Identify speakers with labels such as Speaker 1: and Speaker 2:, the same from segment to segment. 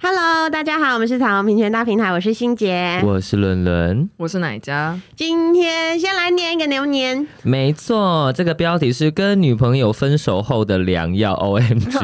Speaker 1: Hello，大家好，我们是彩虹平权大平台，我是欣杰。
Speaker 2: 我是伦伦，
Speaker 3: 我是哪一家？
Speaker 1: 今天先来念一个牛年，
Speaker 2: 没错，这个标题是跟女朋友分手后的良药 O M G。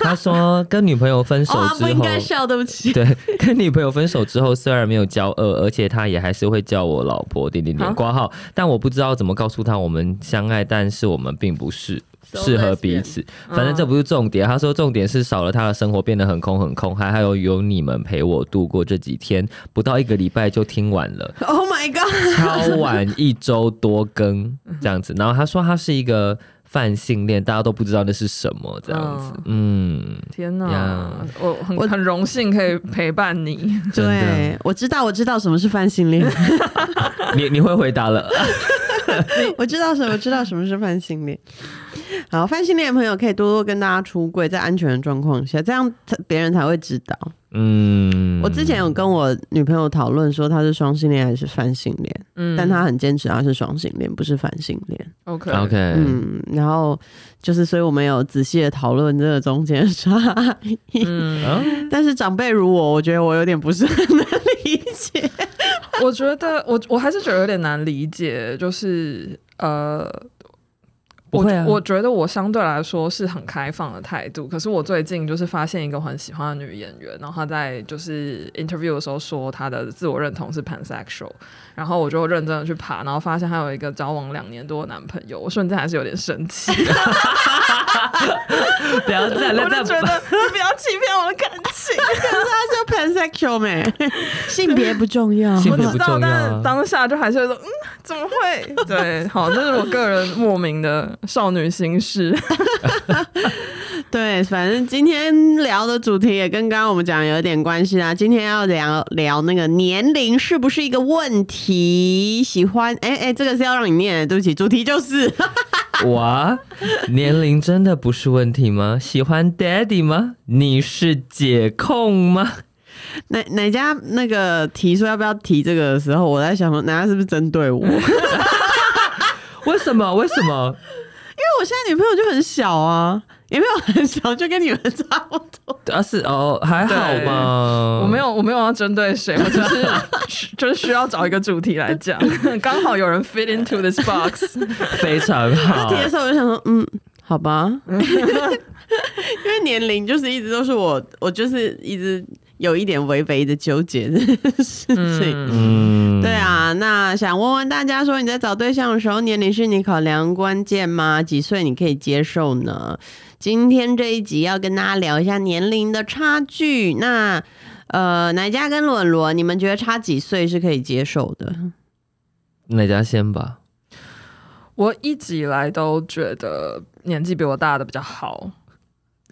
Speaker 2: 他说跟女朋友分手之
Speaker 1: 不哦应
Speaker 2: 后，
Speaker 1: 该笑，对不起。
Speaker 2: 对，跟女朋友分手之后，虽然没有交恶，而且他也还是会叫我老婆点点点挂号，但我不知道怎么告诉他我们相爱，但是我们并不是。适合彼此，反正这不是重点。他说重点是少了他的生活变得很空很空，还还有有你们陪我度过这几天，不到一个礼拜就听完了。
Speaker 1: Oh my god！
Speaker 2: 超晚一周多更这样子。然后他说他是一个泛性恋，大家都不知道那是什么这样子。嗯，
Speaker 3: 天哪
Speaker 2: 呀，
Speaker 3: 我很很荣幸可以陪伴 你。
Speaker 2: 真的
Speaker 4: 对，我知道，我知道什么是泛性恋，
Speaker 2: 你你会回答了，
Speaker 4: 我知道什么，我知道什么是泛性恋。好，泛性恋的朋友可以多多跟大家出柜，在安全的状况下，这样才别人才会知道。
Speaker 2: 嗯，
Speaker 4: 我之前有跟我女朋友讨论说她是双性恋还是泛性恋，
Speaker 3: 嗯
Speaker 4: 但她很坚持她是双性恋，不是泛性恋。
Speaker 3: OK
Speaker 2: OK，
Speaker 4: 嗯，然后就是，所以我们有仔细的讨论这个中间的 差异。
Speaker 3: 嗯，
Speaker 2: 啊，
Speaker 4: 但是长辈如我，我觉得我有点不是很 能理解。
Speaker 3: 我觉得我我还是觉得有点难理解，就是呃。
Speaker 2: 不
Speaker 3: 我
Speaker 2: 会啊
Speaker 3: 我觉得我相对来说是很开放的态度，可是我最近就是发现一个我很喜欢的女演员，然后她在就是 interview 的时候说她的自我认同是 pansexual，然后我就认真的去爬，然后发现她有一个交往两年多的男朋友，我瞬间还是有点生气，
Speaker 2: 不要再
Speaker 3: 我就
Speaker 2: 了，
Speaker 3: 觉
Speaker 2: 再
Speaker 3: 得你不要欺骗我的感 情，
Speaker 4: 她是 pansexual 没、性别不重要，
Speaker 2: 性
Speaker 3: 我
Speaker 2: 别
Speaker 3: 知
Speaker 2: 不
Speaker 3: 道，
Speaker 2: 重要啊
Speaker 3: 但当下就还是有一种嗯，怎么会？ 对，好，这是我个人莫名的少女心事。
Speaker 4: 对，反正今天聊的主题也跟刚刚我们讲有点关系啦。今天要聊聊那个年龄是不是一个问题？喜欢哎哎、这个是要让你念的，对不起，主题就是。
Speaker 2: 哇，年龄真的不是问题吗？喜欢 Daddy 吗？你是解控吗？
Speaker 4: 哪哪家那个提说要不要提这个的时候，我在想说，哪家是不是针对我？ 因为
Speaker 2: 为什么？为什么？
Speaker 4: 我现在女朋友就很小啊，也没有很小，就跟你们差不多。
Speaker 2: 啊是哦，还好
Speaker 3: 对
Speaker 2: 吧，
Speaker 3: 我没有，我没有要针对谁，我只是就是需 要找一个主题来讲， 刚好有人 fit into this box。
Speaker 2: 非常好
Speaker 4: 提，的 时候我就想说，嗯，好吧，因为年龄就是一直都是我，我就是一直有一点微微的纠结这件事情。
Speaker 3: 嗯，
Speaker 2: 嗯，
Speaker 4: 对，啊，那想问问大家，说你在找对象的时候，年龄是你考量关键吗？几岁你可以接受呢？今天这一集要跟大家聊一下年龄的差距。那呃，奶家跟伦伦，你们觉得差几岁是可以接受的？
Speaker 2: 哪家先吧？
Speaker 3: 我一直以来都觉得年纪比我大的比较好。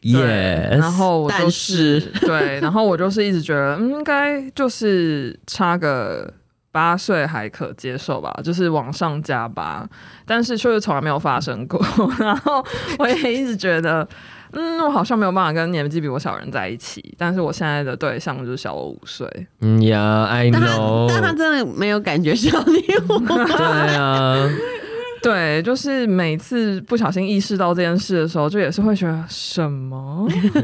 Speaker 2: 耶、
Speaker 3: 对然后我就
Speaker 4: 但
Speaker 3: 是
Speaker 4: 是
Speaker 3: 对，然后我就是一直觉得，嗯，应该就是差个八岁还可接受吧，就是往上加八，但是却从来没有发生过。 然后我也一直觉得，嗯，我好像没有办法跟年纪比我小的人在一起，但是我现在的对象就是小我五岁。
Speaker 2: 嗯呀，I
Speaker 4: 但他、但他
Speaker 2: know，
Speaker 4: 真的没有感觉小你我。
Speaker 2: 对啊，
Speaker 3: 对，就是每次不小心意识到这件事的时候，就也是会觉得什么，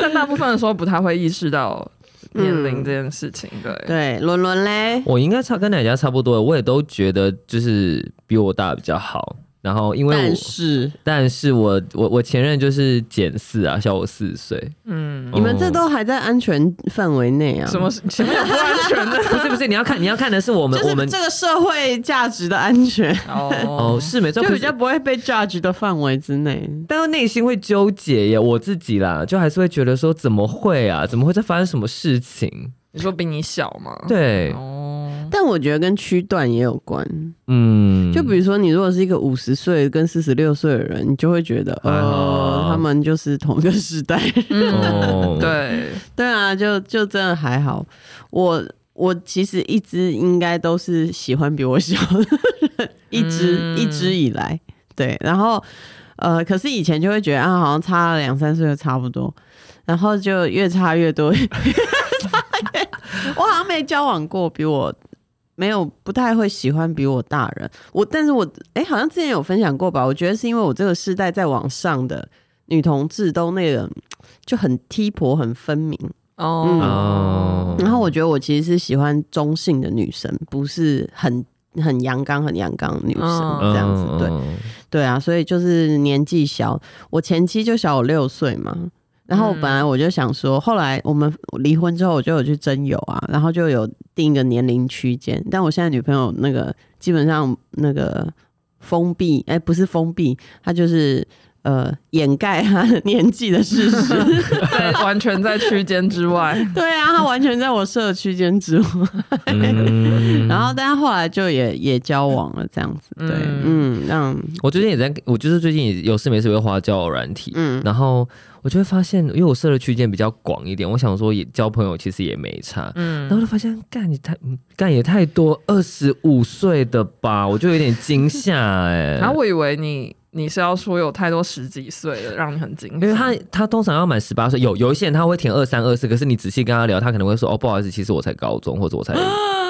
Speaker 3: 但大部分的时候不太会意识到
Speaker 2: 嗯
Speaker 3: 年龄这件事情。对，
Speaker 4: 对，伦伦嘞，
Speaker 2: 我应该差跟哪家差不多，我也都觉得就是比我大比较好。然后因为我
Speaker 4: 但，是
Speaker 2: 但是我我我前任就是减四啊，小我四 岁。
Speaker 3: 嗯，
Speaker 4: 你
Speaker 2: 哦
Speaker 4: 们这都还在安全范围内啊。
Speaker 3: 什么前面有不安全的
Speaker 2: 不是不是，你要看你要看的是我们、
Speaker 4: 就
Speaker 2: 我
Speaker 4: 是
Speaker 2: 们
Speaker 4: 这个社会价值的安全，
Speaker 2: 哦
Speaker 3: 哦
Speaker 2: 是没错，
Speaker 4: 就
Speaker 2: 可
Speaker 4: 比
Speaker 2: 是
Speaker 4: 较不会被 judge 的范围之内。
Speaker 2: 但是内心会纠结耶，我自己啦，就还是会觉得说怎么会啊，怎么会在发生什么事情？
Speaker 3: 你说比你小吗？，
Speaker 2: 对，
Speaker 3: 哦，
Speaker 4: 但我觉得跟区段也有关，
Speaker 2: 嗯，
Speaker 4: 就比如说你如果是一个五十岁跟四十六岁的人，你就会觉得，
Speaker 2: 还好啊
Speaker 4: 呃，他们就是同一个时代。
Speaker 2: 哦
Speaker 3: 嗯， 对，
Speaker 4: 对啊，就就真的还好。我我其实一直应该都是喜欢比我小的人，一直、
Speaker 3: 嗯
Speaker 4: 一直以来，对，然后。呃，可是以前就会觉得啊，好像差了两三岁就差不多，然后就越差越多，越差越多我好像没交往过比我没有不太会喜欢比我大人，我但是我哎、好像之前有分享过吧，我觉得是因为我这个世代在往上的女同志都那个就很踢婆很分明，嗯
Speaker 3: 哦
Speaker 2: 哦，
Speaker 4: 然后我觉得我其实是喜欢中性的女生，不是很很阳刚、很阳刚的女生
Speaker 3: 嗯
Speaker 4: 这样子。对
Speaker 2: 嗯
Speaker 4: 对啊，所以就是年纪小，我前妻就小我六岁嘛。然后我本来我就想说，后来我们离婚之后，我就有去征友啊，然后就有定一个年龄区间。但我现在女朋友那个基本上那个封闭，哎，不是封闭，她就是呃掩盖她的 年纪的事实。
Speaker 2: 嗯
Speaker 3: 在完全在区间之外，
Speaker 4: 对啊，她完全在我社区间之外。
Speaker 2: 嗯
Speaker 4: 然后，但是后来就也也交往了，这样子，对，嗯，让
Speaker 2: 我最近也在，我就是最近有事没事会花交友软体，
Speaker 4: 嗯
Speaker 2: 然后我就会发现，因为我设的区间比较广一点，我想说也交朋友其实也没差，
Speaker 3: 嗯
Speaker 2: 然后就发现干你太嗯干也太多，二十五岁的吧，我就有点惊吓 哎、
Speaker 3: 然后啊我以为你你是要说有太多十几岁的让你很惊喜，
Speaker 2: 因为他他通常要满十八岁，有有一些人他会填二三二四，可是你仔细跟他聊，他可能会说哦不好意思，其实我才高中或者我 才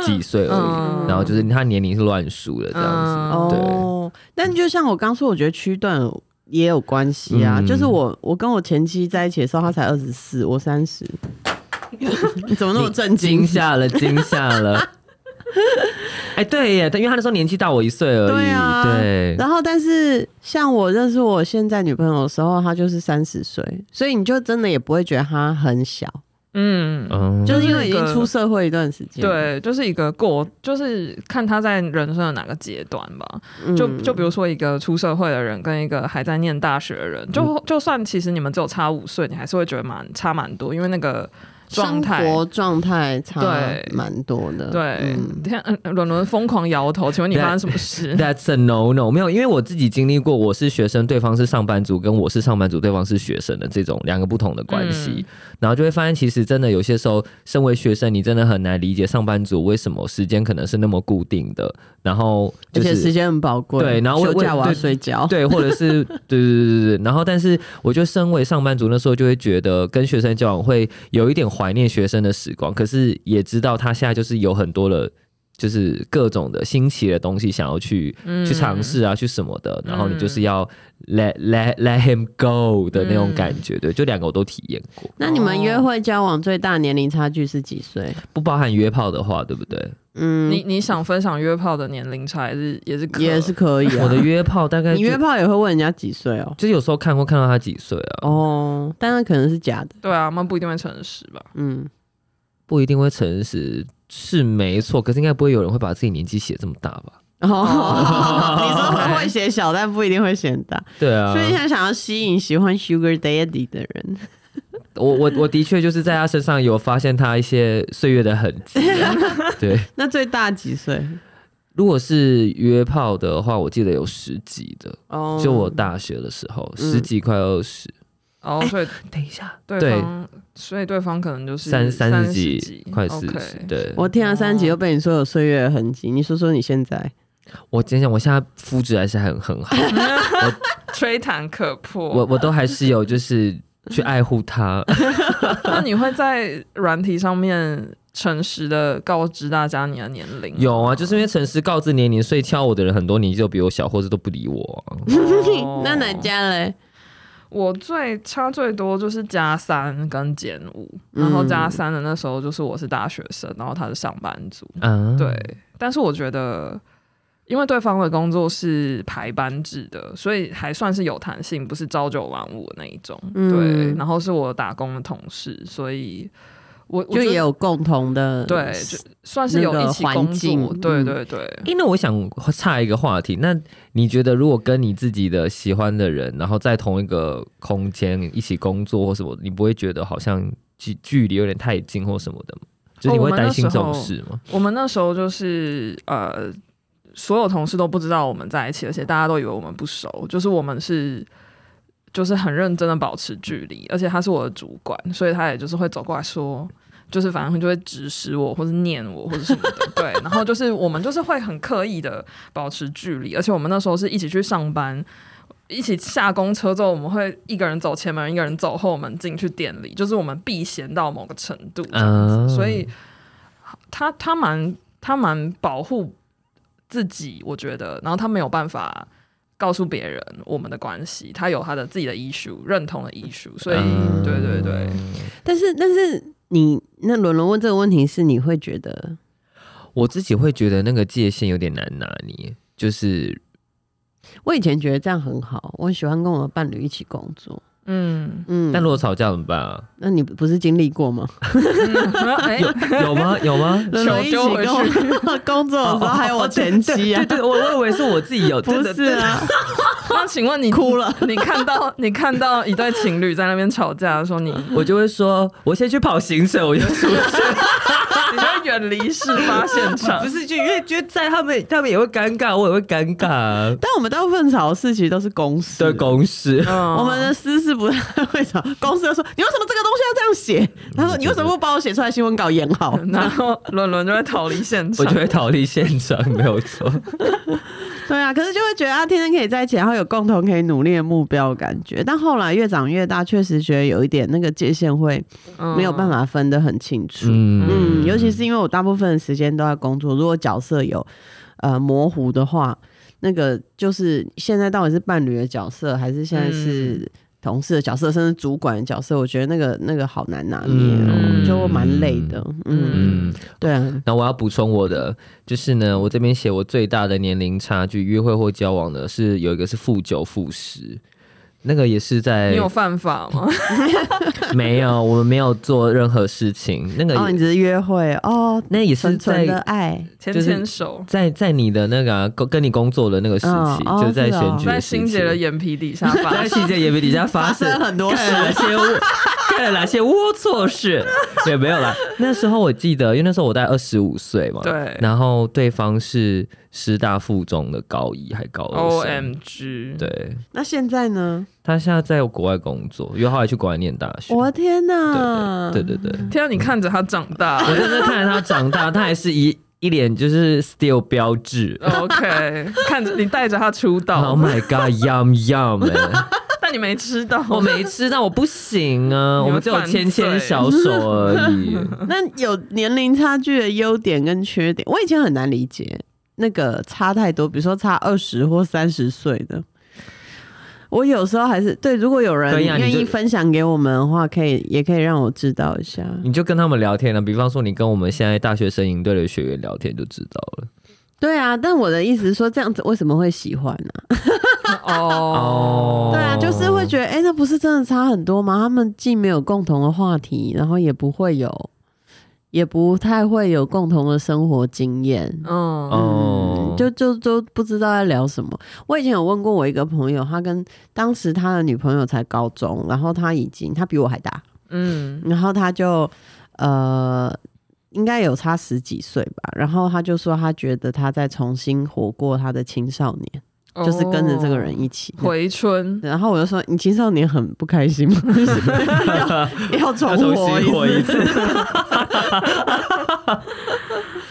Speaker 2: 几岁而已，
Speaker 3: 嗯
Speaker 2: 然后就是他年龄是乱数的这样子，
Speaker 3: 嗯
Speaker 2: 对
Speaker 4: 哦，但就像我刚说，我觉得区段也有关系啊。
Speaker 2: 嗯
Speaker 4: 就是我我跟我前妻在一起的时候，她才二十四，我三 十，你怎么那么震惊
Speaker 2: 惊？吓了，惊吓了。 哎，对耶，因为他那时候年纪大我一岁而已，
Speaker 4: 对啊
Speaker 2: 对
Speaker 4: 然后，但是像我认识我现在女朋友的时候，她就是三十岁，所以你就真的也不会觉得她很小，
Speaker 3: 嗯，
Speaker 2: 嗯，
Speaker 4: 就是因
Speaker 3: 就是
Speaker 4: 为已
Speaker 3: 一个
Speaker 4: 经出社会一段时间。，
Speaker 3: 对，就是一个过，就是看他在人生的哪个阶段吧。
Speaker 4: 嗯
Speaker 3: 就就比如说一个出社会的人跟一个还在念大学的人，就
Speaker 2: 嗯
Speaker 3: 就算其实你们只有差五岁，你还是会觉得蛮差蛮多，因为那个状态
Speaker 4: 生。活状态差
Speaker 3: 对
Speaker 4: 蛮多的。
Speaker 3: 对
Speaker 4: 嗯，
Speaker 3: 天，呃伦伦疯狂摇头，请问你
Speaker 2: 对
Speaker 3: 发生什么 事？
Speaker 2: That's a no no，没有，因为我自己经历过，我是学生，对方是上班族，跟我是上班族，对方是学生的这种两个不同的关系，
Speaker 3: 嗯
Speaker 2: 然后就会发现，其实真的有些时候，身为学生，你真的很难理解上班族为什么时间可能是那么固定的，然后就
Speaker 4: 而且时
Speaker 2: 是。
Speaker 4: 间很宝贵。
Speaker 2: 对然后我
Speaker 4: 休假
Speaker 2: 我
Speaker 4: 我要
Speaker 2: 对
Speaker 4: 睡觉。
Speaker 2: 对，或者是对对对对对，然后但是我就身为上班族，那时候就会觉得跟学生交往会有一点怀念学生的时光，可是也知道他现在就是有很多的，就是各种的新奇的东西想要去
Speaker 3: 嗯
Speaker 2: 去尝试啊，去什么
Speaker 4: 嗯
Speaker 2: 的，然后你就是要 let let let him go 的那种感觉，对，就两个我都体验过，
Speaker 4: 那你们约会交往最大年龄差距是几岁？
Speaker 2: 不包含约炮的话，对不对？
Speaker 4: 嗯，
Speaker 3: 你你想分享约炮的年龄差，还是也是可
Speaker 4: 也是可以、啊。
Speaker 2: 我的约炮大概
Speaker 4: 你
Speaker 2: 就
Speaker 4: 约炮也会问人家几岁哦？
Speaker 2: 就是有时候看会看到他几岁啊，
Speaker 4: 哦，但那可能是假的。
Speaker 3: 对啊，我们不一定会诚实吧？
Speaker 4: 嗯，
Speaker 2: 不一定会诚实。是没错，可是应该不会有人会把自己年纪写这么大吧？
Speaker 4: 哦， 你说
Speaker 3: 哦
Speaker 4: 会会写小，但不一定会写大。
Speaker 2: 对啊，
Speaker 4: 所以现在想要吸引喜欢 Sugar Daddy 的人，
Speaker 2: 我我我的确就是在他身上有发现他一些岁月的痕迹啊。对，
Speaker 4: 那最大几岁？
Speaker 2: 如果是约炮的话，我记得有十几的，
Speaker 4: 哦，
Speaker 2: 就我大学的时候，
Speaker 4: 嗯
Speaker 2: 十几快二十。哎
Speaker 3: 哦，所以
Speaker 2: 等一下，
Speaker 3: 对方，所以对方可能就是
Speaker 2: 三三
Speaker 3: 三
Speaker 2: 十几
Speaker 3: 几，，
Speaker 2: 快四
Speaker 3: OK
Speaker 2: 十。对，
Speaker 4: 我天啊，
Speaker 3: 哦
Speaker 4: 三级又被你说有岁月的痕迹。你说说你现在
Speaker 2: 我讲讲，我现在肤质还是很很好，
Speaker 3: 吹弹可破。
Speaker 2: 我我都还是有就是去爱护他。
Speaker 3: 那你会在软体上面诚实的告知大家你的年龄吗？
Speaker 2: 有啊，就是因为诚实告知年龄，所以敲我的人很多年纪都比我小，或者都不理我啊、
Speaker 3: 哦
Speaker 4: 那哪家嘞？
Speaker 3: 我最差最多就是加三跟减五，
Speaker 4: 嗯
Speaker 3: 然后加三的那时候就是我是大学生，然后他是上班族，
Speaker 2: 啊。
Speaker 3: 对，，但是我觉得。因为对方的工作是排班制的，所以还算是有弹性，不是朝九晚五的那一种。
Speaker 4: 嗯
Speaker 3: 对，然后是我打工的同事，所以我我
Speaker 4: 就
Speaker 3: 觉得
Speaker 4: 也有共同的
Speaker 3: 对，就算是
Speaker 4: 那
Speaker 3: 有
Speaker 4: 个
Speaker 3: 一起
Speaker 4: 环
Speaker 3: 工
Speaker 4: 境
Speaker 3: 作。对
Speaker 4: 嗯
Speaker 3: 对对，
Speaker 2: 因为我想岔一个话题，那你觉得如果跟你自己的喜欢的人，然后在同一个空间一起工作或什么，你不会觉得好像距距离有点太近或什么的吗？就是你
Speaker 3: 哦我
Speaker 2: 会
Speaker 3: 们
Speaker 2: 担
Speaker 3: 那
Speaker 2: 心这
Speaker 3: 时
Speaker 2: 种
Speaker 3: 候
Speaker 2: 事吗？
Speaker 3: 我们那时候就是呃，所有同事都不知道我们在一起，而且大家都以为我们不熟，就是我们是。就是很认真的保持距离，而且他是我的主管，所以他也就是会走过来说，就是反正就会指使我或者念我或者什么的， 对。然后就是我们就是会很刻意的保持距离，而且我们那时候是一起去上班，一起下公车之后，我们会一个人走前门，一个人走后门进去店里，就是我们避嫌到某个程度这样子。
Speaker 2: 嗯
Speaker 3: 所以他他蛮他蛮保护自己，我觉得，然后他没有办法告诉别人我们的关系，他有他的自己的医术，认同的医术，所以、
Speaker 2: 嗯
Speaker 3: 对对对，
Speaker 4: 但是但是你那伦伦问这个问题是你会觉得
Speaker 2: 我自己会觉得那个界限有点难拿捏，就是
Speaker 4: 我以前觉得这样很好，我喜欢跟我的伴侣一起工作。
Speaker 3: 嗯，
Speaker 4: 嗯，
Speaker 2: 但如果吵架怎么办啊？
Speaker 4: 那你不是经历过吗？
Speaker 3: 哎、
Speaker 2: 有吗？有吗？
Speaker 4: 伦伦一起跟
Speaker 3: 丢回
Speaker 4: 我工作的时候，还有我前妻啊
Speaker 2: 哦对，对，我我以为是我自己有，
Speaker 4: 不
Speaker 2: 真的
Speaker 4: 是，啊，
Speaker 3: 那请问你
Speaker 4: 哭了？
Speaker 3: 你看到你看到一对情侣在那边吵架的时候，你
Speaker 2: 真的我就会说，我先去跑行程，我就出去，
Speaker 3: 你就会远离事发现场
Speaker 2: 不。是就因为觉得在他们，他们也会尴尬，我也会尴尬啊，
Speaker 4: 但我们大部分吵的事情都是公事，
Speaker 2: 对公事。
Speaker 3: 嗯
Speaker 4: 我们的私事不太会吵，公司就说你为什么这个东西要这样写？他说你为什么不帮我写出来新闻稿演好？
Speaker 3: 嗯然后伦伦就会逃离现
Speaker 2: 我
Speaker 3: 场
Speaker 2: 就。会逃离现 场，没有错。
Speaker 4: 对啊，可是就会觉得啊，天天可以在一起，然后有共同可以努力的目标感觉。但后来越长越大，确实觉得有一点那个界限会
Speaker 3: 嗯
Speaker 4: 没有办法分得很清楚。 嗯
Speaker 2: 嗯，
Speaker 4: 尤其是因为我大部分的时间都在工作，如果角色有呃模糊的话，那个就是现在到底是伴侣的角色，还是现在
Speaker 2: 嗯
Speaker 4: 是同事的角色，甚至主管的角色，我觉得那个那个好难拿捏哦，
Speaker 3: 嗯
Speaker 4: 就蛮累的。嗯，
Speaker 2: 嗯，
Speaker 4: 对啊，
Speaker 2: 那我要补充我的，就是呢，我这边写我最大的年龄差距，约会或交往的是有一个是负九负十，那个也是在
Speaker 3: 你有犯法吗？
Speaker 2: 没有，我们没有做任何事情，那个也、
Speaker 4: 哦，你只是约会哦，
Speaker 2: 那也是
Speaker 4: 纯纯的
Speaker 2: 在
Speaker 4: 爱。
Speaker 3: 牵
Speaker 2: 就是
Speaker 3: 牵手，
Speaker 2: 在在你的那个啊跟、跟你工作的那个时期，
Speaker 4: 嗯哦
Speaker 2: 就在选举
Speaker 3: 在
Speaker 2: 的
Speaker 3: 心
Speaker 2: 时
Speaker 3: 杰的
Speaker 2: 期，
Speaker 3: 眼皮底下发
Speaker 2: 在细节眼皮底下发生
Speaker 4: 发生很多
Speaker 2: 干了哪些龌干了哪些龌龊事，也没有啦。那时候我记得，因为那时候我大概二十五岁嘛，
Speaker 3: 对
Speaker 2: 然后对方是师大附中的高一还高二
Speaker 3: O
Speaker 2: 生
Speaker 3: M G，
Speaker 2: 对
Speaker 4: 那现在呢？
Speaker 2: 他现在在国外工作，因为后来去国外念大学。
Speaker 4: 我的天哪！
Speaker 2: 对对对，
Speaker 3: 天啊，你看着他长大
Speaker 2: 我真的看着他长大，他还是一一脸就是 still 标志。
Speaker 3: 哦，OK，看着你带着他出
Speaker 2: Oh
Speaker 3: 道，
Speaker 2: my god, yum yum！哎
Speaker 3: 但你没吃到，
Speaker 2: 我没吃，但我不行啊，
Speaker 3: 你们
Speaker 2: 我们只有牵牵小手而已。
Speaker 4: 那有年龄差距的优点跟缺点，我以前很难理解那个差太多，比如说差二十或三十岁的。我有时候还是对，如果有人
Speaker 2: 可以啊你
Speaker 4: 愿
Speaker 2: 就
Speaker 4: 意分享给我们的话，可以也可以让我知道一下。
Speaker 2: 你就跟他们聊天了，啊比方说你跟我们现在大学生营队的学员聊天就知道了。
Speaker 4: 对啊，但我的意思是说，这样子为什么会喜欢呢、
Speaker 3: 哦，
Speaker 4: 对啊，就是会觉得，哎、那不是真的差很多吗？他们既没有共同的话题，然后也不会有，也不太会有共同的生活经验。
Speaker 3: 嗯
Speaker 2: 哦
Speaker 4: 嗯，，就就都不知道在聊什么。我以前有问过我一个朋友，他跟当时他的女朋友才高中，然后他已经他比我还大，
Speaker 3: 嗯，
Speaker 4: 然后他就呃应该有差十几岁吧，然后他就说他觉得他在重新活过他的青少年，就是跟着这个人一起。
Speaker 3: 哦回春，
Speaker 4: 然后我就说：“你青少年很不开心吗？ 要要重
Speaker 2: 要重
Speaker 4: 活
Speaker 2: 新活一
Speaker 4: 一次？
Speaker 2: 次。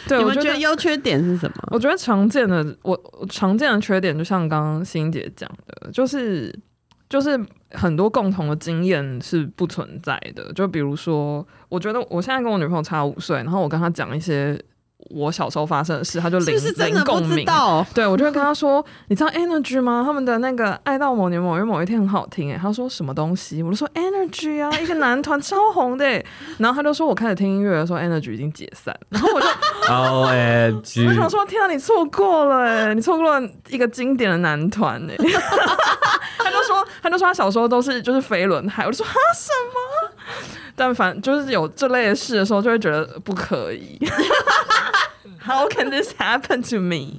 Speaker 3: 对，
Speaker 4: 你
Speaker 3: 我
Speaker 4: 们
Speaker 3: 觉
Speaker 4: 觉
Speaker 3: 得
Speaker 4: 得优缺点是什么？
Speaker 3: 我觉得常见的我我常见的缺点，就像刚刚欣姐讲的，就是就是很多共同的经验是不存在的。就比如说，我觉得我现在跟我女朋友差五岁，然后我跟她讲一些我小时候发生的事，她就是零
Speaker 4: 不是真
Speaker 3: 零
Speaker 4: 的不
Speaker 3: 共
Speaker 4: 知
Speaker 3: 鸣。
Speaker 4: 道？
Speaker 3: 对，我就会跟她说，你知道 Energy 吗？他们的那个《爱到某年某月某一天》很好听诶。她说什么东西？我就说 Energy 啊， 一个男团超红的诶。然后她就说，我开始听音乐的时候，Energy 已经解散。然后我就
Speaker 2: O M G！
Speaker 3: 我想说，天啊，你错过了哎、你错过了一个经典的男团哎、 他就说，他就说他小时候都是就是飞轮海，我就说哈什么？但凡就是有这类的事的时候，就会觉得不可以。How can this happen to me？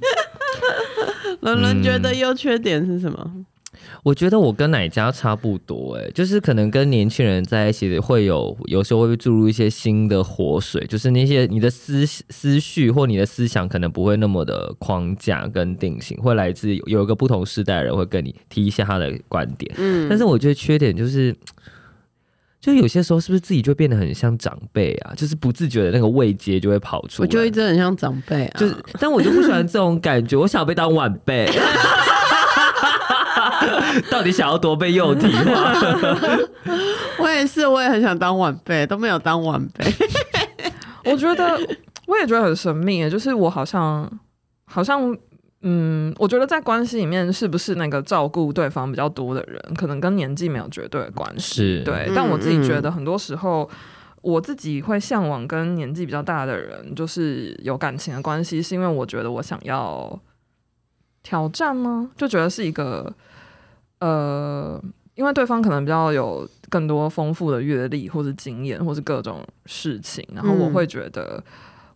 Speaker 4: 伦伦觉
Speaker 2: 嗯
Speaker 4: 得优缺点是什么？
Speaker 2: 我觉得我跟奶家差不多、欸，就是可能跟年轻人在一起会有，有时候会注入一些新的活水，就是那些你的思思绪或你的思想可能不会那么的框架跟定型，会来自有一个不同世代的人会跟你提一下他的观点，
Speaker 4: 嗯
Speaker 2: 但是我觉得缺点就是。就有些时候是不是自己就变得很像长辈啊？就是不自觉的那个位阶就会跑出来。
Speaker 4: 我就一直很像长辈啊，
Speaker 2: 嗯就是，但我就不喜欢这种感觉，我想被当晚辈。 到底想要多被幼体化？
Speaker 4: 我也是，我也很想当晚辈，都没有当晚辈。
Speaker 3: 我觉得我也觉得很神秘耶，就是我好像好像嗯，我觉得在关系里面是不是那个照顾对方比较多的人，可能跟年纪没有绝对的关 系。
Speaker 2: 是，
Speaker 3: 对，
Speaker 4: 嗯
Speaker 3: 但我自己觉
Speaker 4: 嗯
Speaker 3: 得很多时候。我自己会向往跟年纪比较大的人，就是有感情的关系，是因为我觉得我想要挑战吗？就觉得是一个呃，因为对方可能比较有更多丰富的阅历，或是经验，或是各种事情，然后我
Speaker 4: 嗯
Speaker 3: 会觉得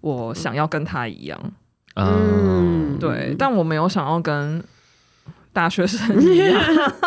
Speaker 3: 我想要跟他一样，
Speaker 2: 嗯，
Speaker 3: 对，但我没有想要跟大学生一样，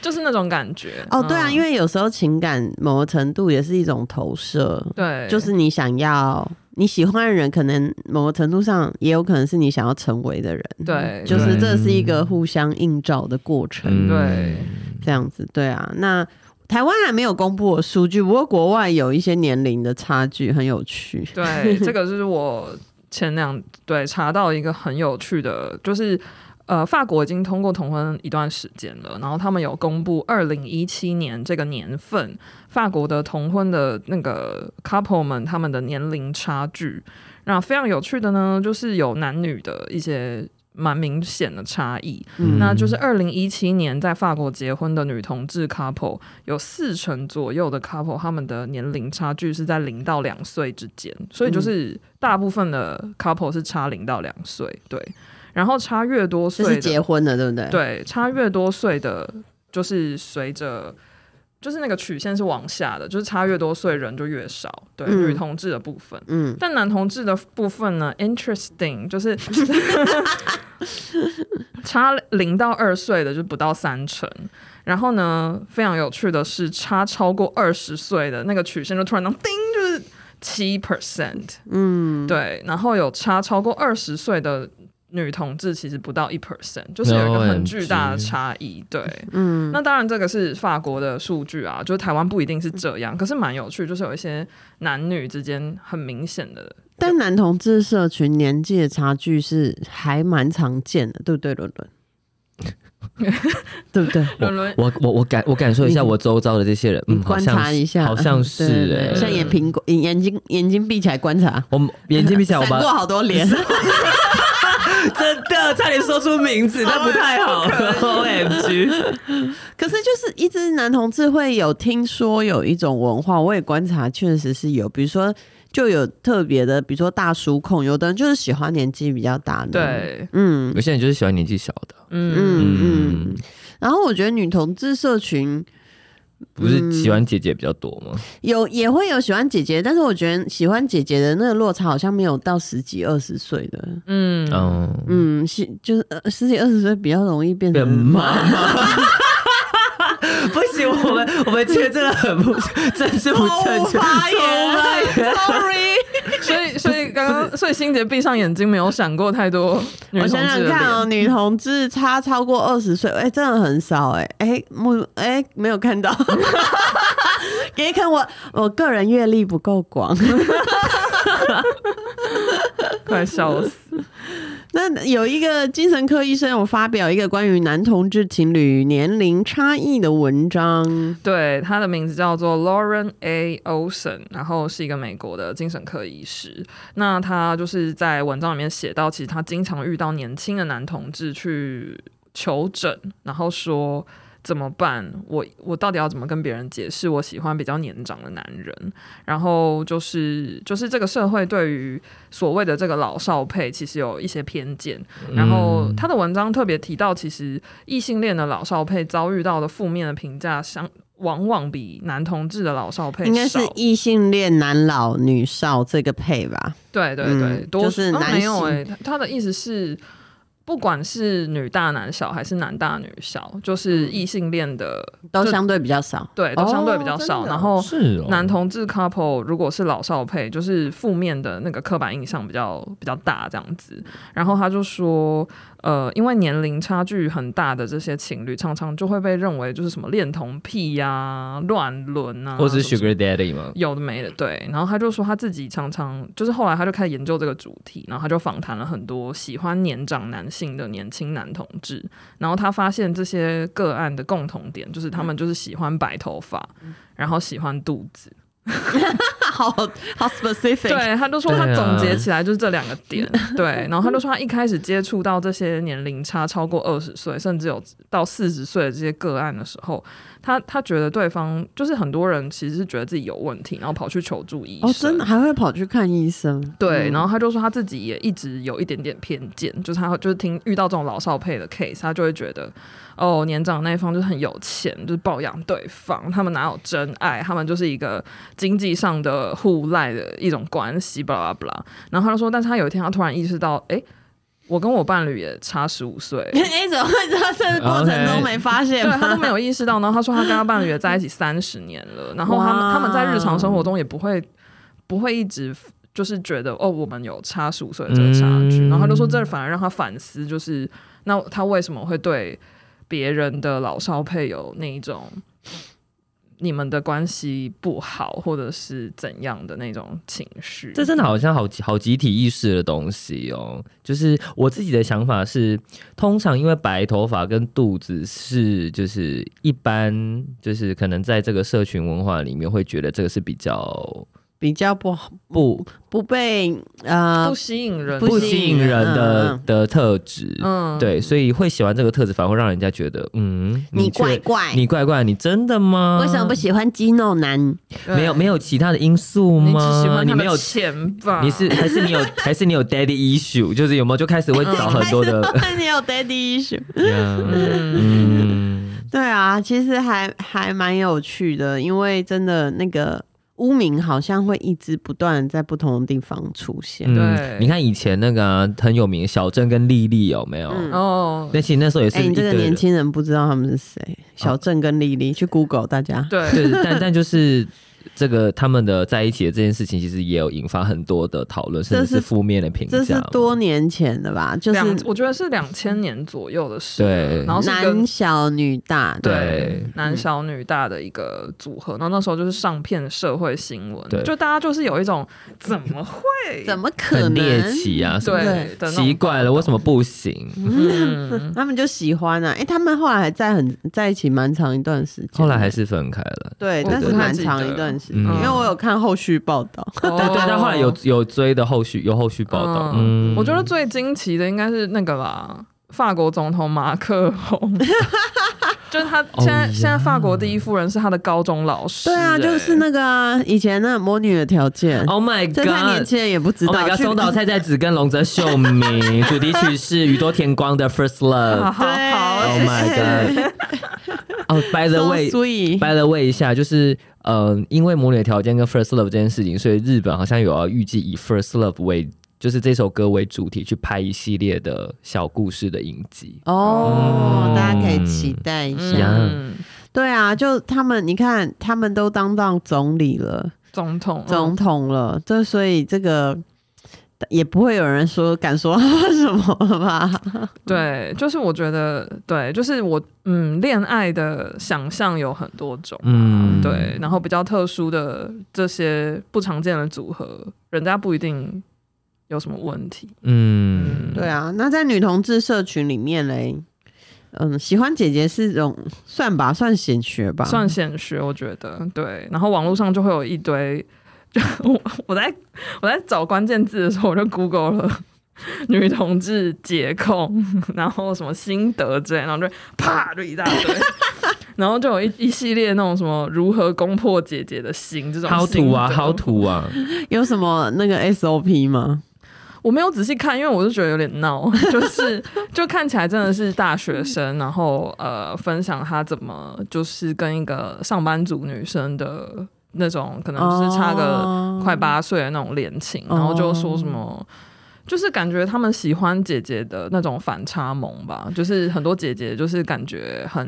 Speaker 3: 就是那种感觉。
Speaker 4: 哦，对啊，
Speaker 3: 嗯
Speaker 4: 因为有时候情感某个程度也是一种投射，
Speaker 3: 对，
Speaker 4: 就是你想要你喜欢的人，可能某个程度上也有可能是你想要成为的人，
Speaker 3: 对，
Speaker 4: 就是这是一个
Speaker 2: 嗯
Speaker 4: 互相映照的过程。
Speaker 2: 嗯
Speaker 3: 对，
Speaker 4: 这样子，对啊。那台湾还没有公布的数据，不过国外有一些年龄的差距，很有趣。
Speaker 3: 对， 这个就是我前两对查到一个很有趣的，就是呃，法国已经通过同婚一段时间了，然后他们有公布二零一七年这个年份法国的同婚的那个 couple 们他们的年龄差距。那非常有趣的呢，就是有男女的一些蛮明显的差异。
Speaker 2: 嗯
Speaker 3: 那就是二零一七年在法国结婚的女同志 couple 有四成左右的 couple，他们的年龄差距是在零到两岁之间，所以就是大部分的 couple 是差零到两岁，对，然后差越多
Speaker 4: 这
Speaker 3: 岁
Speaker 4: 是
Speaker 3: 的
Speaker 4: 结婚的，对不对？，
Speaker 3: 对，差越多岁的，就是随着就是那个曲线是往下的，就是差越多岁人就越少，对，
Speaker 4: 嗯
Speaker 3: 女同志的部分。
Speaker 4: 嗯，
Speaker 3: 但男同志的部分呢，interesting 就是 差零到二岁的就不到三成，然后呢，非常有趣的是，差超过二十岁的那个曲线就突然当叮，就是七 percent，嗯，对，然后有差超过二十岁的。女同志其实不到一 percent，就是有一个很巨大的差异。对，嗯，那当然这个是法国的数据啊，就是台湾不一定是这样，可是蛮有趣，就是有一些男女之间很明显的，
Speaker 4: 但男同志社群年纪的差距是还蛮常见的，对不对，伦伦？ 对不对？
Speaker 3: 伦伦
Speaker 2: 我我我感我感受一下
Speaker 4: 你
Speaker 2: 我周遭的这些人，
Speaker 4: 你
Speaker 2: 嗯，好
Speaker 4: 观
Speaker 2: 像
Speaker 4: 察
Speaker 2: 是
Speaker 4: 一下，
Speaker 2: 好像
Speaker 4: 嗯对
Speaker 2: 是
Speaker 4: 对对
Speaker 2: 哎，
Speaker 4: 像眼苹果，眼眼睛眼睛闭起来观察，
Speaker 2: 我们眼睛闭起来，我
Speaker 4: 闪
Speaker 2: 把
Speaker 4: 过好多脸，
Speaker 2: 真的差点说出名字，啊那不太好。O M G，
Speaker 4: 可是就是一直男同志会有听说有一种文化，我也观察确实是有，比如说就有特别的，比如说大叔控，有的人就是喜欢年纪比较大的，，
Speaker 3: 对，
Speaker 4: 嗯
Speaker 2: 有些人就是喜欢年纪小的，
Speaker 3: 嗯，
Speaker 4: 嗯
Speaker 2: 嗯
Speaker 4: 嗯，。然后我觉得女同志社群
Speaker 2: 不是喜欢姐姐比较多吗？
Speaker 4: 有也会有喜欢姐姐，但是我觉得喜欢姐姐的那个落差好像没有到十几二十岁的，
Speaker 3: 嗯，
Speaker 2: 嗯，
Speaker 4: 嗯，是就是呃十几二十岁比较容易变成
Speaker 2: 变 妈妈。 不行，我们我们今天真的很不，真是不正确。
Speaker 4: 发言，sorry。
Speaker 3: 所以所以刚刚所以欣姐闭上眼睛没有闪过太多女
Speaker 4: 我
Speaker 3: 同
Speaker 4: 想想
Speaker 3: 志的
Speaker 4: 看哦，
Speaker 3: 脸，
Speaker 4: 女同志差超过二十岁，哎、真的很少哎、哎、目哎、没有看到， 给你看我我个人阅历不够广。
Speaker 3: 快笑死，
Speaker 4: 那有一个精神科医生有发表一个关于男同志情侣年龄差异的文章，
Speaker 3: 对，她的名字叫做 Lauren A. Olson，然后是一个美国的精神科医师。那她就是在文章里面写到，其实她经常遇到年轻的男同志去求诊，然后说。怎么办？我我到底要怎么跟别人解释我喜欢比较年长的男人？然后就是就是这个社会对于所谓的这个老少配，其实有一些偏见。然后
Speaker 4: 嗯
Speaker 3: 他的文章特别提到，其实异性恋的老少配遭遇到的负面的评价相。往往比男同志的老少配
Speaker 4: 应该是
Speaker 3: 少
Speaker 4: 异性恋男老女少这个配吧？
Speaker 3: 对对
Speaker 4: 嗯
Speaker 3: 对，多
Speaker 4: 就是
Speaker 3: 数哦
Speaker 4: 男
Speaker 3: 没有
Speaker 4: 性
Speaker 3: 哎、他他的意思是，不管是女大男小还是男大女小，
Speaker 4: 嗯
Speaker 3: 就是异性恋的
Speaker 4: 都
Speaker 3: 就
Speaker 4: 相对比 较少。
Speaker 3: 对都相对比较
Speaker 4: 哦真
Speaker 3: 少，
Speaker 4: 的
Speaker 3: 然后
Speaker 2: 是哦
Speaker 3: 男同志 couple 如果是老少配，就是负面的那个刻板印象比较比较大这样子。然后他就说，呃，因为年龄差距很大的这些情侣，常常就会被认为就是什么恋童癖呀、乱伦啊，
Speaker 2: 或是
Speaker 3: 什么
Speaker 2: Sugar Daddy 吗？
Speaker 3: 有的没的，对。然后他就说他自己常常就是后来他就开始研究这个主题，然后他就访谈了很多喜欢年长男性的年轻男同志，然后他发现这些个案的共同点就是他
Speaker 2: 嗯
Speaker 3: 们就是喜欢白头发，然后喜欢肚子。
Speaker 4: 好好 specific，
Speaker 3: 对，他就说他
Speaker 2: 对啊
Speaker 3: 总结起来就是这两个点，对。然后他就说他一开始接触到这些年龄差超过二十岁，甚至有到四十岁的这些个案的时候，他他觉得对方就是很多人其实是觉得自己有问题，然后跑去求助医生。
Speaker 4: 哦，真的还会跑去看医生，
Speaker 3: 对，
Speaker 4: 嗯。
Speaker 3: 然后他就说他自己也一直有一点点偏见，就是他就是听遇到这种老少配的 case，他就会觉得哦，年长那一方就是很有钱，就是抱养对方，他们哪有真爱，他们就是一个经济上的互赖的一种关系，巴拉巴拉。然后他就说，但是他有一天他突然意识到，哎，我跟我伴侣也差十五岁
Speaker 4: 哎，怎么会知道这个过程中没发现
Speaker 3: 对
Speaker 4: 吗？
Speaker 3: 他都没有意识到，然后他说他跟他伴侣也在一起三十年了，然后他们
Speaker 4: 哇
Speaker 3: 他们在日常生活中也不会不会一直就是觉得哦，我们有差十五岁的这个差距，
Speaker 2: 嗯
Speaker 3: 然后他就说这反而让他反思，就是那他为什么会对别人的老少配有那一种你们的关系不好，或者是怎样的那种情绪？
Speaker 2: 这真的好像好好集体意识的东西哦。就是我自己的想法是，通常因为白头发跟肚子是就是一般就是可能在这个社群文化里面会觉得这个是比较
Speaker 4: 比较不好，
Speaker 2: 不
Speaker 4: 不被呃
Speaker 3: 不吸引人，啊
Speaker 4: 不
Speaker 2: 不
Speaker 4: 吸
Speaker 2: 吸
Speaker 4: 引
Speaker 2: 引
Speaker 4: 人
Speaker 2: 人的、
Speaker 4: 嗯
Speaker 2: 的特质。
Speaker 3: 嗯，
Speaker 2: 对，所以会喜欢这个特质，反而会让人家觉得，嗯，
Speaker 4: 你
Speaker 2: 确
Speaker 4: 怪怪，
Speaker 2: 你呃怪怪，你真的吗？
Speaker 4: 为什么不？喜欢肌肉 男？
Speaker 3: 对
Speaker 2: 没有没有其他的因素
Speaker 3: 你
Speaker 2: 吗？
Speaker 3: 只喜欢他
Speaker 2: 没有
Speaker 3: 的钱吧？
Speaker 2: 你是还是你有 还是你有 daddy issue，就是有没有就开始会
Speaker 4: 嗯
Speaker 2: 找很多的，
Speaker 4: 你有 daddy issue？
Speaker 2: Yeah，
Speaker 3: 嗯
Speaker 2: 嗯，
Speaker 4: 对啊，其实还还蛮有趣的，因为真的那个污名好像会一直不断地在不同的地方出现。
Speaker 3: 对
Speaker 2: 嗯你看以前那个啊很有名的小郑跟丽丽有没有？
Speaker 4: 嗯
Speaker 3: 哦，
Speaker 2: 那其实那时候也是
Speaker 4: 哎、
Speaker 2: 一
Speaker 4: 你这
Speaker 2: 堆
Speaker 4: 个
Speaker 2: 人
Speaker 4: 年轻人不知道他们是谁，小 郑跟丽丽去 Google 大家。
Speaker 3: 对，
Speaker 2: 对，但但就是这个他们的在一起的这件事情，其实也有引发很多的讨论，甚
Speaker 4: 这
Speaker 2: 至
Speaker 4: 是
Speaker 2: 是负面的评价
Speaker 4: 这
Speaker 2: 嘛。
Speaker 4: 是多年前的吧？就是
Speaker 3: 两，我觉得是两千年左右的事。
Speaker 2: 对
Speaker 3: 然后是
Speaker 4: 男嗯
Speaker 3: 跟
Speaker 4: 小女大，
Speaker 2: 对
Speaker 3: 男小女大的一个组合，然后那时候就是上片社会新闻，
Speaker 2: 对
Speaker 3: 就大家就是有一种怎么会
Speaker 4: 怎么可
Speaker 2: 很猎
Speaker 4: 能？
Speaker 2: 奇啊什么的，
Speaker 3: 对的那种
Speaker 2: 奇怪了，为什么不行？
Speaker 3: 嗯，
Speaker 4: 他们就喜欢啊！哎、他们后来还在很在一起蛮长一段时间，
Speaker 2: 后来还是分开了。
Speaker 4: 对，
Speaker 3: 我
Speaker 4: 但是
Speaker 3: 不太
Speaker 4: 蛮
Speaker 3: 记得
Speaker 4: 长一段时
Speaker 2: 嗯
Speaker 4: 间，因为我有看后续报 道。
Speaker 2: 对
Speaker 3: 哦
Speaker 2: 对，但后来有有追的后续，有后续报道。嗯，
Speaker 3: 我觉得最惊奇的应该是那个吧，法国总统马克 龙，就是他现
Speaker 2: 哦
Speaker 3: 在、
Speaker 2: 呀
Speaker 3: 现在法国第一夫人是他的高中老师、
Speaker 4: 对啊，
Speaker 3: 哎
Speaker 4: 就是那个啊，以前那魔女的条件，
Speaker 2: 欸 Oh my
Speaker 4: 这太年
Speaker 2: God！
Speaker 4: 轻人也不知
Speaker 2: Oh my
Speaker 4: 道。
Speaker 2: god！
Speaker 4: 去
Speaker 2: 松岛菜菜子跟龙泽秀 明，主题曲是宇多田光的《First
Speaker 3: 好
Speaker 2: Love》。
Speaker 3: 好好，
Speaker 2: Oh
Speaker 3: 谢谢
Speaker 2: my god！哦、b y the
Speaker 4: So
Speaker 2: way，
Speaker 4: sweet
Speaker 2: By the way 一下，就是嗯、呃因为母女的条件跟 First Love 这件事情，所以日本好像有要预计以 First Love 为就是这首歌为主题去拍一系列的小故事的影集。
Speaker 4: 哦，
Speaker 2: 嗯
Speaker 4: 大家可以期待一
Speaker 3: 嗯
Speaker 4: 下。对啊，就他们，你看，他们都当到总理了，
Speaker 3: 总统，嗯
Speaker 4: 总统了，这所以这个也不会有人说敢说 什么吧？
Speaker 3: 对，就是我觉得，对，就是我，嗯，恋爱的想象有很多种，
Speaker 2: 嗯
Speaker 3: 对，然后比较特殊的这些不常见的组合，人家不一定有什么问题。
Speaker 2: 嗯，
Speaker 4: 对啊，那在女同志社群里面嘞，嗯，喜欢姐姐是种算吧，算显学吧，
Speaker 3: 算显学，我觉得对。然后网络上就会有一堆，就我我在我在找关键字的时候，我就 Google 了女同志解控，然后什么心得之类，然后就啪就一大堆， 然后就有一一系列那种什么如何攻破姐姐的心这种
Speaker 2: 好土啊，
Speaker 3: 心得
Speaker 2: 好土啊！
Speaker 4: 有什么那个 SOP 吗？
Speaker 3: 我没有仔细看，因为我就觉得有点闹， 就是就看起来真的是大学生，然后呃，分享他怎么就是跟一个上班族女生的那种，可能就是差个
Speaker 4: 哦
Speaker 3: 快八岁的那种恋情，然后就说什么。就是感觉他们喜欢姐姐的那种反差萌吧，就是很多姐姐就是感觉很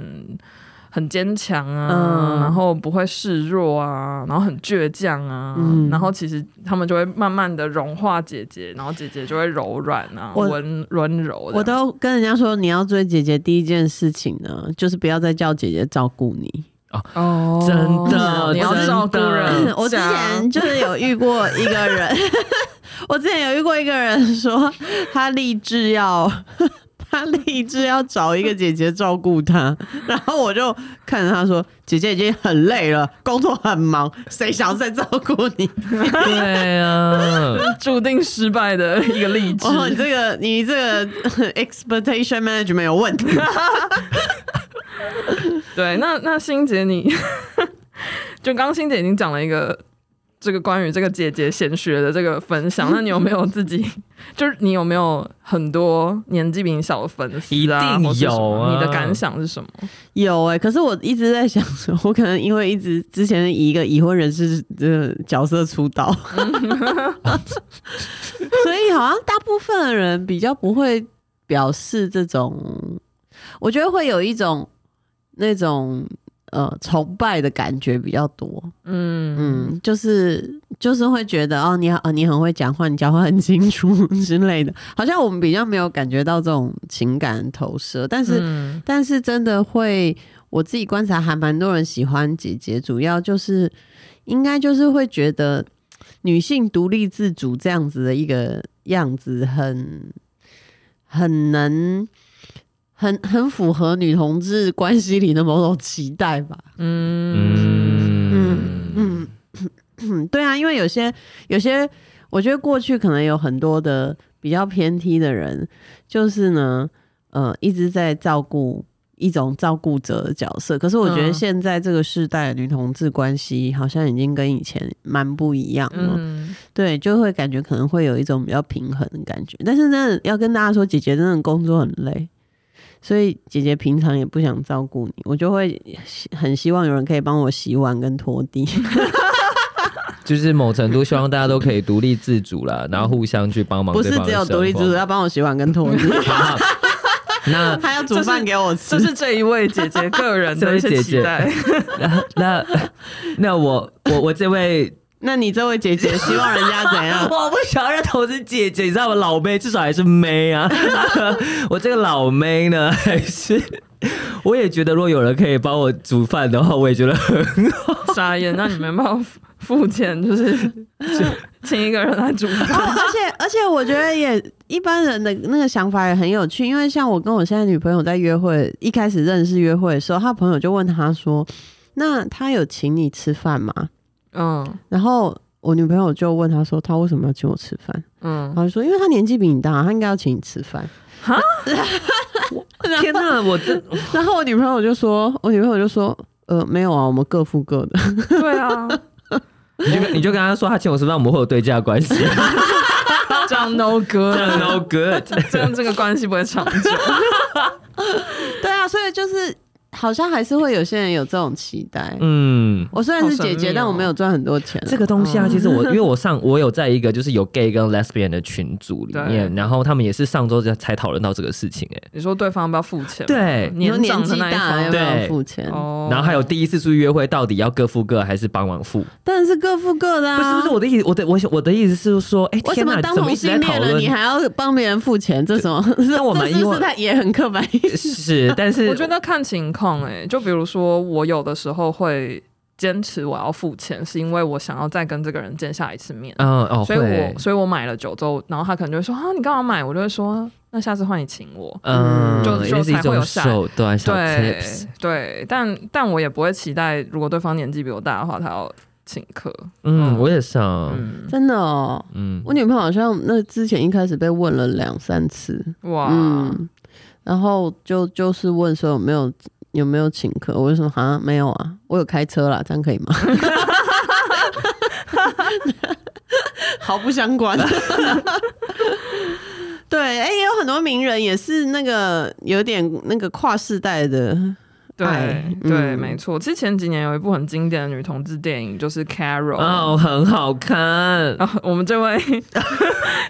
Speaker 3: 很坚强啊，
Speaker 4: 嗯
Speaker 3: 然后不会示弱啊，然后很倔强啊，
Speaker 4: 嗯
Speaker 3: 然后其实他们就会慢慢的融化姐姐，然后姐姐就会柔软啊，
Speaker 4: 我
Speaker 3: 温温柔的。
Speaker 4: 我啊都跟人家说，你要追姐姐第一件事情呢，就是不要再叫姐姐照顾你。
Speaker 3: 哦
Speaker 2: 真的
Speaker 3: 你要
Speaker 2: 真的
Speaker 3: 照顾人
Speaker 4: 我之前嗯就是啊有遇过一个 人，我之前有遇过一个人说他立志要 他立志要找一个姐姐照顾他，然后我就看着他说：“姐姐已经很累了，工作很忙，谁想要再照顾你？”
Speaker 2: 对啊，
Speaker 3: 注定失败的一个例 志。
Speaker 4: 哦，你这个你这个 expectation management 有问题。
Speaker 3: 对，那那欣姐你，就刚刚欣姐已经讲了一个这个关于这个姐姐显学的这个分享，那你有没有自己，就是你有没有很多年纪比你小的粉丝、啊？
Speaker 2: 一定
Speaker 3: 或是什么
Speaker 2: 有啊
Speaker 3: 你的感想是什么？
Speaker 4: 有哎、可是我一直在想说，我可能因为一直之前以一个已婚人士的角色出道，所以好像大部分的人比较不会表示这种，我觉得会有一种那种呃崇拜的感觉比较多。
Speaker 3: 嗯
Speaker 4: 嗯，就是就是会觉得哦，你好、哦，你很会讲话，你讲话很清楚 之类的，好像我们比较没有感觉到这种情感投射，但是、
Speaker 3: 嗯
Speaker 4: 但是真的会，我自己观察还蛮多人喜欢姐姐，主要就是应该就是会觉得女性独立自主这样子的一个样子很很能。很很符合女同志关系里的某种期待吧，
Speaker 3: 嗯
Speaker 4: 嗯
Speaker 2: 嗯，
Speaker 4: 嗯，嗯，对啊，因为有些有些，我觉得过去可能有很多的比较偏僻的人，就是呢，呃，一直在照顾一种照顾者的角色。可是我觉得
Speaker 3: 嗯
Speaker 4: 现在这个世代的女同志关系好像已经跟以前蛮不一样了，
Speaker 3: 嗯，
Speaker 4: 对，就会感觉可能会有一种比较平衡的感觉。但是呢，要跟大家说，姐姐真的工作很累。所以姐姐平常也不想照顾你，我就会很希望有人可以帮我洗碗跟拖地。
Speaker 2: 就是某程度希望大家都可以独立自主啦，然后互相去帮忙
Speaker 4: 不
Speaker 2: 哦对
Speaker 4: 是
Speaker 2: 方的
Speaker 4: 只有
Speaker 2: 生活。
Speaker 4: 独立自主，要帮我洗碗跟拖地，
Speaker 2: 好。 那
Speaker 4: 他要煮饭给我吃
Speaker 3: 这。是这一位姐姐个 人的一些期待。
Speaker 2: 那那那我我我这位
Speaker 4: 那你这位姐姐希望人家怎样？
Speaker 2: 我不想要认同我是姐姐，你知道吗？老妹至少还是妹 啊。我这个老妹呢，还是 我也觉得，如果有人可以帮我煮饭的话，我也觉得 很
Speaker 3: 傻眼，那你们帮我付付钱，就是就请一个人来煮
Speaker 4: 哦，
Speaker 3: 饭。
Speaker 4: 而且而且，我觉得也一般人的那个想法也很有趣，因为像我跟我现在女朋友在约会，一开始认识约会的时候，她朋友就问她说：“那她有请你吃饭吗
Speaker 3: 嗯？”
Speaker 4: 然后我女朋友就问她说：“她为什么要请我吃饭？”然
Speaker 3: 嗯，
Speaker 4: 后就说：“因为她年纪比你大，啊她应该要请你吃饭。”
Speaker 3: 哈，
Speaker 2: 天哪！我 真
Speaker 4: 然后我女朋友就说：“我女朋友就说，呃，没有啊，我们各付各的。”
Speaker 3: 对啊，
Speaker 2: 你就跟你就跟他说，他请我吃饭，我们会有对价关系。
Speaker 3: 这样 no
Speaker 2: 这
Speaker 3: good，
Speaker 2: 样 no good。
Speaker 3: 这样这个关系不会长久。
Speaker 4: 对啊，所以就是好像还是会有些人有这种期待。
Speaker 2: 嗯。
Speaker 4: 我虽然是姐
Speaker 3: 好神秘
Speaker 4: 姐，
Speaker 3: 哦
Speaker 4: 但我没有赚很多钱啊。
Speaker 2: 这个东西啊，其实我因为我上我有在一个就是有 gay 跟 lesbian 的群组里面，然后他们也是上周才才讨论到这个事情、哎，
Speaker 3: 你说对方要不要付钱吗？
Speaker 2: 对
Speaker 4: 你说
Speaker 3: 年
Speaker 4: 年
Speaker 3: 长的
Speaker 4: 纪
Speaker 3: 那一
Speaker 4: 大有
Speaker 3: 方
Speaker 4: 没有
Speaker 2: 对
Speaker 4: 付钱？
Speaker 3: 哦
Speaker 2: 然后还有第一次出去约会，到底要各付各还是帮忙付？
Speaker 4: 当然是各付各的啊。
Speaker 2: 不是不是，我的意思，我的我我的意思是说，哎、
Speaker 4: 为什
Speaker 2: 天
Speaker 4: 么
Speaker 2: 哪，
Speaker 4: 当
Speaker 2: 怎么
Speaker 4: 同
Speaker 2: 一直在
Speaker 4: 性
Speaker 2: 讨
Speaker 4: 恋了，
Speaker 2: 论
Speaker 4: 你？还要帮别人付钱？这什么？这
Speaker 2: 我蛮
Speaker 4: 这是
Speaker 2: 意
Speaker 4: 不
Speaker 2: 外
Speaker 4: 是他也很刻板印象？
Speaker 2: 是，但是
Speaker 3: 我觉得看情况哎、就比如说我有的时候会坚持我要付钱，是因为我想要再跟这个人见下一次面，
Speaker 2: 嗯哦，
Speaker 3: 所以
Speaker 2: 会
Speaker 3: 我所以我买了酒之后，然后他可能就会说啊你干嘛买？我就会说啊那下次换你请我。
Speaker 2: 嗯，
Speaker 3: 就
Speaker 2: 也是一
Speaker 3: 就才会
Speaker 2: 种
Speaker 3: 有下来
Speaker 2: 手段小
Speaker 3: 对
Speaker 2: tips，
Speaker 3: 对，但但我也不会期待，如果对方年纪比我大的话，他要请客。
Speaker 2: 嗯，我也想，
Speaker 3: 嗯，
Speaker 4: 真的哦，
Speaker 2: 嗯，
Speaker 4: 我女朋友好像那之前一开始被问了两三次，
Speaker 3: 哇，
Speaker 4: 嗯，然后就就是问说有没有有没有请客，我就说啊没有啊，我有开车啦，这样可以吗？毫不相关。对，哎、也有很多名人也是那个有点那个跨世代的，
Speaker 3: 对、
Speaker 4: 哎
Speaker 3: 对，
Speaker 4: 嗯
Speaker 3: 没错。其实前几年有一部很经典的女同志电影，就是《Carol》
Speaker 2: 哦，很好 看，
Speaker 3: 然后我们这 位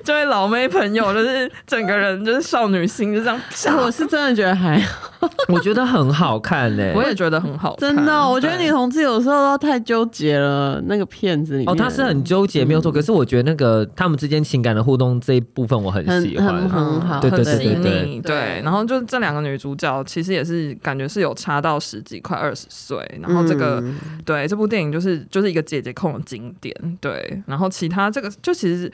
Speaker 3: 这位老妹朋友，就是整个人就是少女心，就这样。
Speaker 4: 哎我是真的觉得还好
Speaker 2: 我觉得很好看欸呢、
Speaker 3: 我也觉得很好看，
Speaker 4: 真的哦、我觉得
Speaker 3: 对
Speaker 4: 女同志有时候都太纠结了，那个片子里面
Speaker 2: 哦，他是很纠结，没有错。可是我觉得那个他们之间情感的互动这一部分，我很
Speaker 4: 很
Speaker 2: 喜欢
Speaker 3: 嗯
Speaker 4: 很。很好，
Speaker 2: 对对
Speaker 4: 很
Speaker 2: 对
Speaker 4: 细
Speaker 2: 对
Speaker 4: 腻
Speaker 2: 对
Speaker 3: 你对，然后就这两个女主角其实也是感觉是有差到十几快二十岁，然后这个、
Speaker 4: 嗯
Speaker 3: 对这部电影就是就是一个姐姐控的经典，对，然后其他这个就其实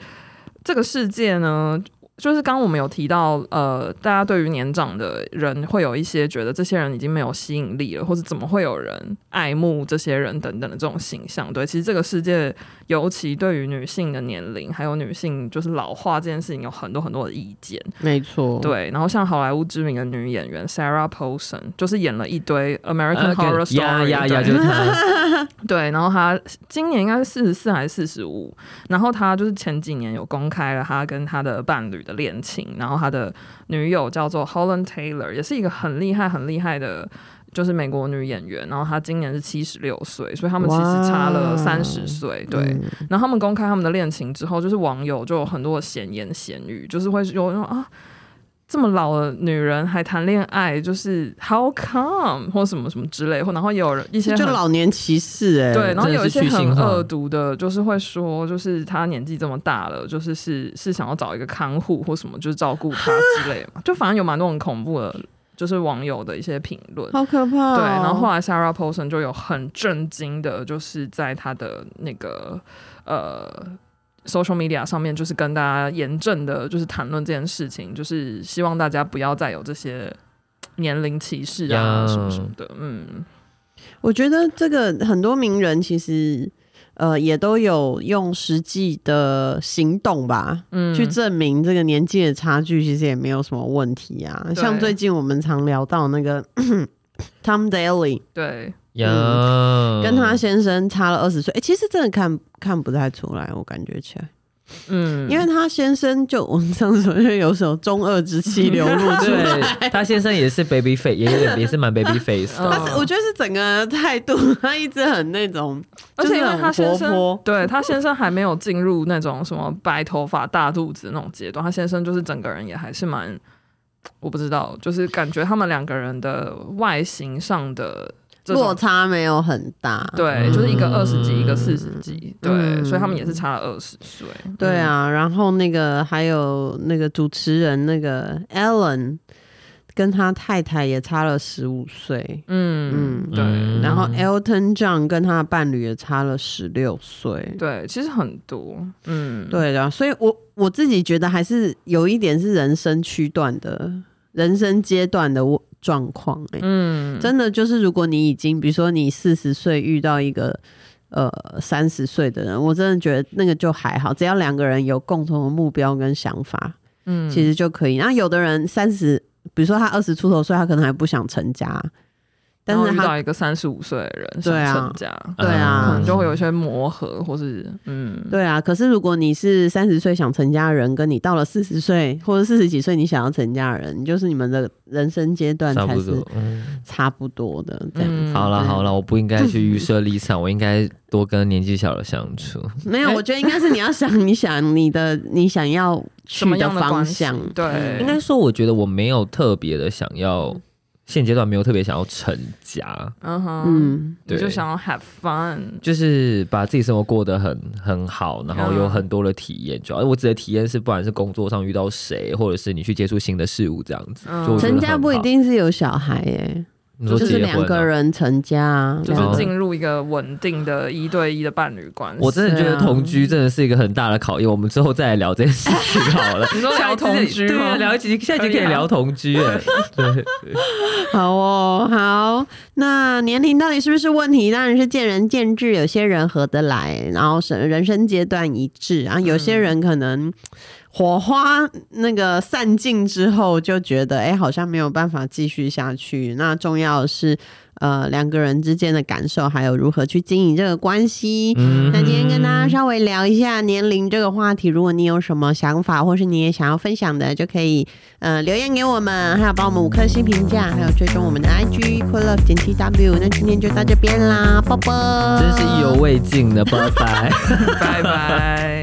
Speaker 3: 这个世界呢，就是刚我们有提到，呃，大家对于年长的人会有一些觉得这些人已经没有吸引力了，或者怎么会有人爱慕这些人等等的这种形象。对，其实这个世界，尤其对于女性的年龄，还有女性就是老化这件事情，有很多很多的意见。
Speaker 4: 没
Speaker 2: 哦
Speaker 4: 错，
Speaker 3: 对，然后像好莱坞知名的女演员 Sarah Paulson，就是演了一堆 American
Speaker 2: 呃
Speaker 3: Horror
Speaker 2: 跟呀
Speaker 3: Story，
Speaker 2: 呀
Speaker 3: 对
Speaker 2: 呀，就是他，
Speaker 3: 对，然后她今年应该是四十四还是四十五，然后她就是前几年有公开了她跟她的伴侣的恋情，然后她的女友叫做 Holland Taylor，也是一个很厉害很厉害的。就是美国女演员，然后她今年是七十六岁，所以他们其实差了
Speaker 4: 哇
Speaker 3: 三十岁。对，
Speaker 4: 嗯
Speaker 3: 然后他们公开他们的恋情之后，就是网友就有很多的闲言闲语，就是会有人说啊，这么老的女人还谈恋爱，就是 how come 或什么什么之类，或然后也有人一些
Speaker 4: 这就
Speaker 3: 很
Speaker 4: 老年歧视哎、
Speaker 3: 对，然后
Speaker 2: 真的
Speaker 3: 有一
Speaker 2: 是
Speaker 3: 些
Speaker 2: 去
Speaker 3: 很
Speaker 2: 性化
Speaker 3: 恶毒的，就是会说，就是她年纪这么大了，就是是是想要找一个看护或什么，就是照顾她之类的嘛，就反正有蛮多很恐怖的，就是网友的一些评论。
Speaker 4: 好可怕、哦。
Speaker 3: 对，然后后来 Sarah Paulson 就有很震惊的，就是在她的那个呃 social media 上面，就是跟大家严正的，就是谈论这件事情，就是希望大家不要再有这些年龄歧视啊
Speaker 2: 呀
Speaker 3: 什么什么的。嗯，
Speaker 4: 我觉得这个很多名人其实呃也都有用实际的行动吧，
Speaker 3: 嗯
Speaker 4: 去证明这个年纪的差距其实也没有什么问题啊。
Speaker 3: 对
Speaker 4: 像最近我们常聊到那个 Tom Daly
Speaker 3: 对，
Speaker 2: 呀，
Speaker 4: 嗯跟他先生差了二十岁，哎、其实真的看看不太出来，我感觉起来，
Speaker 3: 嗯，
Speaker 4: 因为他先生就我们上次说就有首中二之气流露 出来。哦
Speaker 2: 对，他先生也是 baby face，也有点也是蛮 baby face 的。
Speaker 3: 嗯
Speaker 4: 他是我觉得是整个态度，他一直很那种，
Speaker 3: 而且因为
Speaker 4: 就是
Speaker 3: 他
Speaker 4: 很
Speaker 3: 先
Speaker 4: 活
Speaker 3: 生
Speaker 4: 泼，
Speaker 3: 对他先生还没有进入那种什么白头发大肚子那种阶段，他先生就是整个人也还是蛮，我不知道，就是感觉他们两个人的外形上的这
Speaker 4: 落
Speaker 3: 种。
Speaker 4: 差没有很大。
Speaker 3: 对，就是一个二十几，一个四十
Speaker 4: 嗯
Speaker 3: 几，对，
Speaker 4: 嗯
Speaker 3: 所以他们也是差了二十岁。
Speaker 4: 对
Speaker 3: 嗯
Speaker 4: 啊，然后那个还有那个主持人那个 Alan，跟他太太也差了十五岁。
Speaker 3: 嗯，嗯，
Speaker 4: 嗯
Speaker 3: 对，
Speaker 4: 然后
Speaker 2: 嗯
Speaker 4: Elton John 跟他的伴侣也差了十六岁，
Speaker 3: 对，其实很多，嗯，，
Speaker 4: 对啊，所以我我自己觉得还是有一点是人生区段的、人生阶段的我状况、欸，
Speaker 3: 嗯，
Speaker 4: 真的就是，如果你已经，比如说你四十岁遇到一个呃三十岁的人，我真的觉得那个就还好，只要两个人有共同的目标跟想法，
Speaker 3: 嗯，
Speaker 4: 其实就可以。那有的人三十，比如说他二十出头岁，他可能还不想成家，但
Speaker 3: 然后
Speaker 4: 是
Speaker 3: 遇
Speaker 4: 他
Speaker 3: 到一个三十五岁的人想
Speaker 4: 对啊
Speaker 3: 成家，
Speaker 4: 对啊
Speaker 2: 嗯
Speaker 3: 可能就会有一些磨合，或是嗯，
Speaker 4: 对啊，可是如果你是三十岁想成家的人，跟你到了四十岁或者四十几岁你想要成家的人，你就是你们的人生阶段
Speaker 2: 差
Speaker 4: 才
Speaker 2: 不
Speaker 4: 是
Speaker 2: 多。嗯
Speaker 4: 差不多的这样子。
Speaker 3: 嗯
Speaker 2: 好了
Speaker 4: 对
Speaker 2: 好了，我不应该去预设立场，我应该多跟年纪小的相处。
Speaker 4: 没有，
Speaker 3: 哎
Speaker 4: 我觉得应该是你要想，你想你的你想要
Speaker 3: 什么
Speaker 4: 去
Speaker 3: 样的
Speaker 4: 方
Speaker 3: 关系
Speaker 4: 向，
Speaker 3: 对
Speaker 4: 嗯
Speaker 2: 应该说，我觉得我没有特别的想要，现阶段没有特别想要成家，
Speaker 3: 嗯哼，
Speaker 4: 嗯，
Speaker 3: 你就
Speaker 2: 对
Speaker 3: 想要 have fun，
Speaker 2: 就是把自己生活过得很很好，然后有
Speaker 3: 嗯
Speaker 2: 很多的体验。主要我指的体验是，不管是工作上遇到谁，或者是你去接触新的事物这样子。
Speaker 3: 嗯
Speaker 2: 就我觉得
Speaker 4: 成家
Speaker 2: 很
Speaker 4: 不一
Speaker 2: 好，
Speaker 4: 定是有小孩耶、
Speaker 2: 你说
Speaker 4: 就是
Speaker 2: 结婚
Speaker 4: 两
Speaker 2: 啊
Speaker 4: 个人成家啊，
Speaker 3: 就
Speaker 4: 两
Speaker 3: 是
Speaker 4: 个
Speaker 3: 进入一个稳定的一对一的伴侣关系。
Speaker 2: 我真的觉
Speaker 4: 是
Speaker 2: 得
Speaker 4: 啊
Speaker 2: 同居真的是一个很大的考验，我们之后再来聊这件事情好了。
Speaker 3: 你说
Speaker 2: 下一
Speaker 3: 聊
Speaker 2: 次再
Speaker 3: 同居
Speaker 2: 对
Speaker 3: 吗
Speaker 2: 啊，聊一集，下一集
Speaker 3: 可以
Speaker 2: 可以
Speaker 3: 啊
Speaker 2: 聊同居。哎对，
Speaker 4: 好哦，好。那年龄到底是不是问题？当然是见仁见智，有些人合得来，然后是人生阶段一致，然后有些人可能火花那个散尽之后，就觉得哎、好像没有办法继续下去。那重要的是。呃，两个人之间的感受，还有如何去经营这个关系。
Speaker 2: 嗯
Speaker 4: 那今天跟大家稍微聊一下年龄这个话题。如果你有什么想法，或是你也想要分享的，就可以呃留言给我们，还有帮我们五颗星评价，还有追踪我们的 IG cool love 减 t w。那今天就到这边啦，啵啵，
Speaker 2: 真是意犹未尽呢，拜拜。
Speaker 3: 拜拜。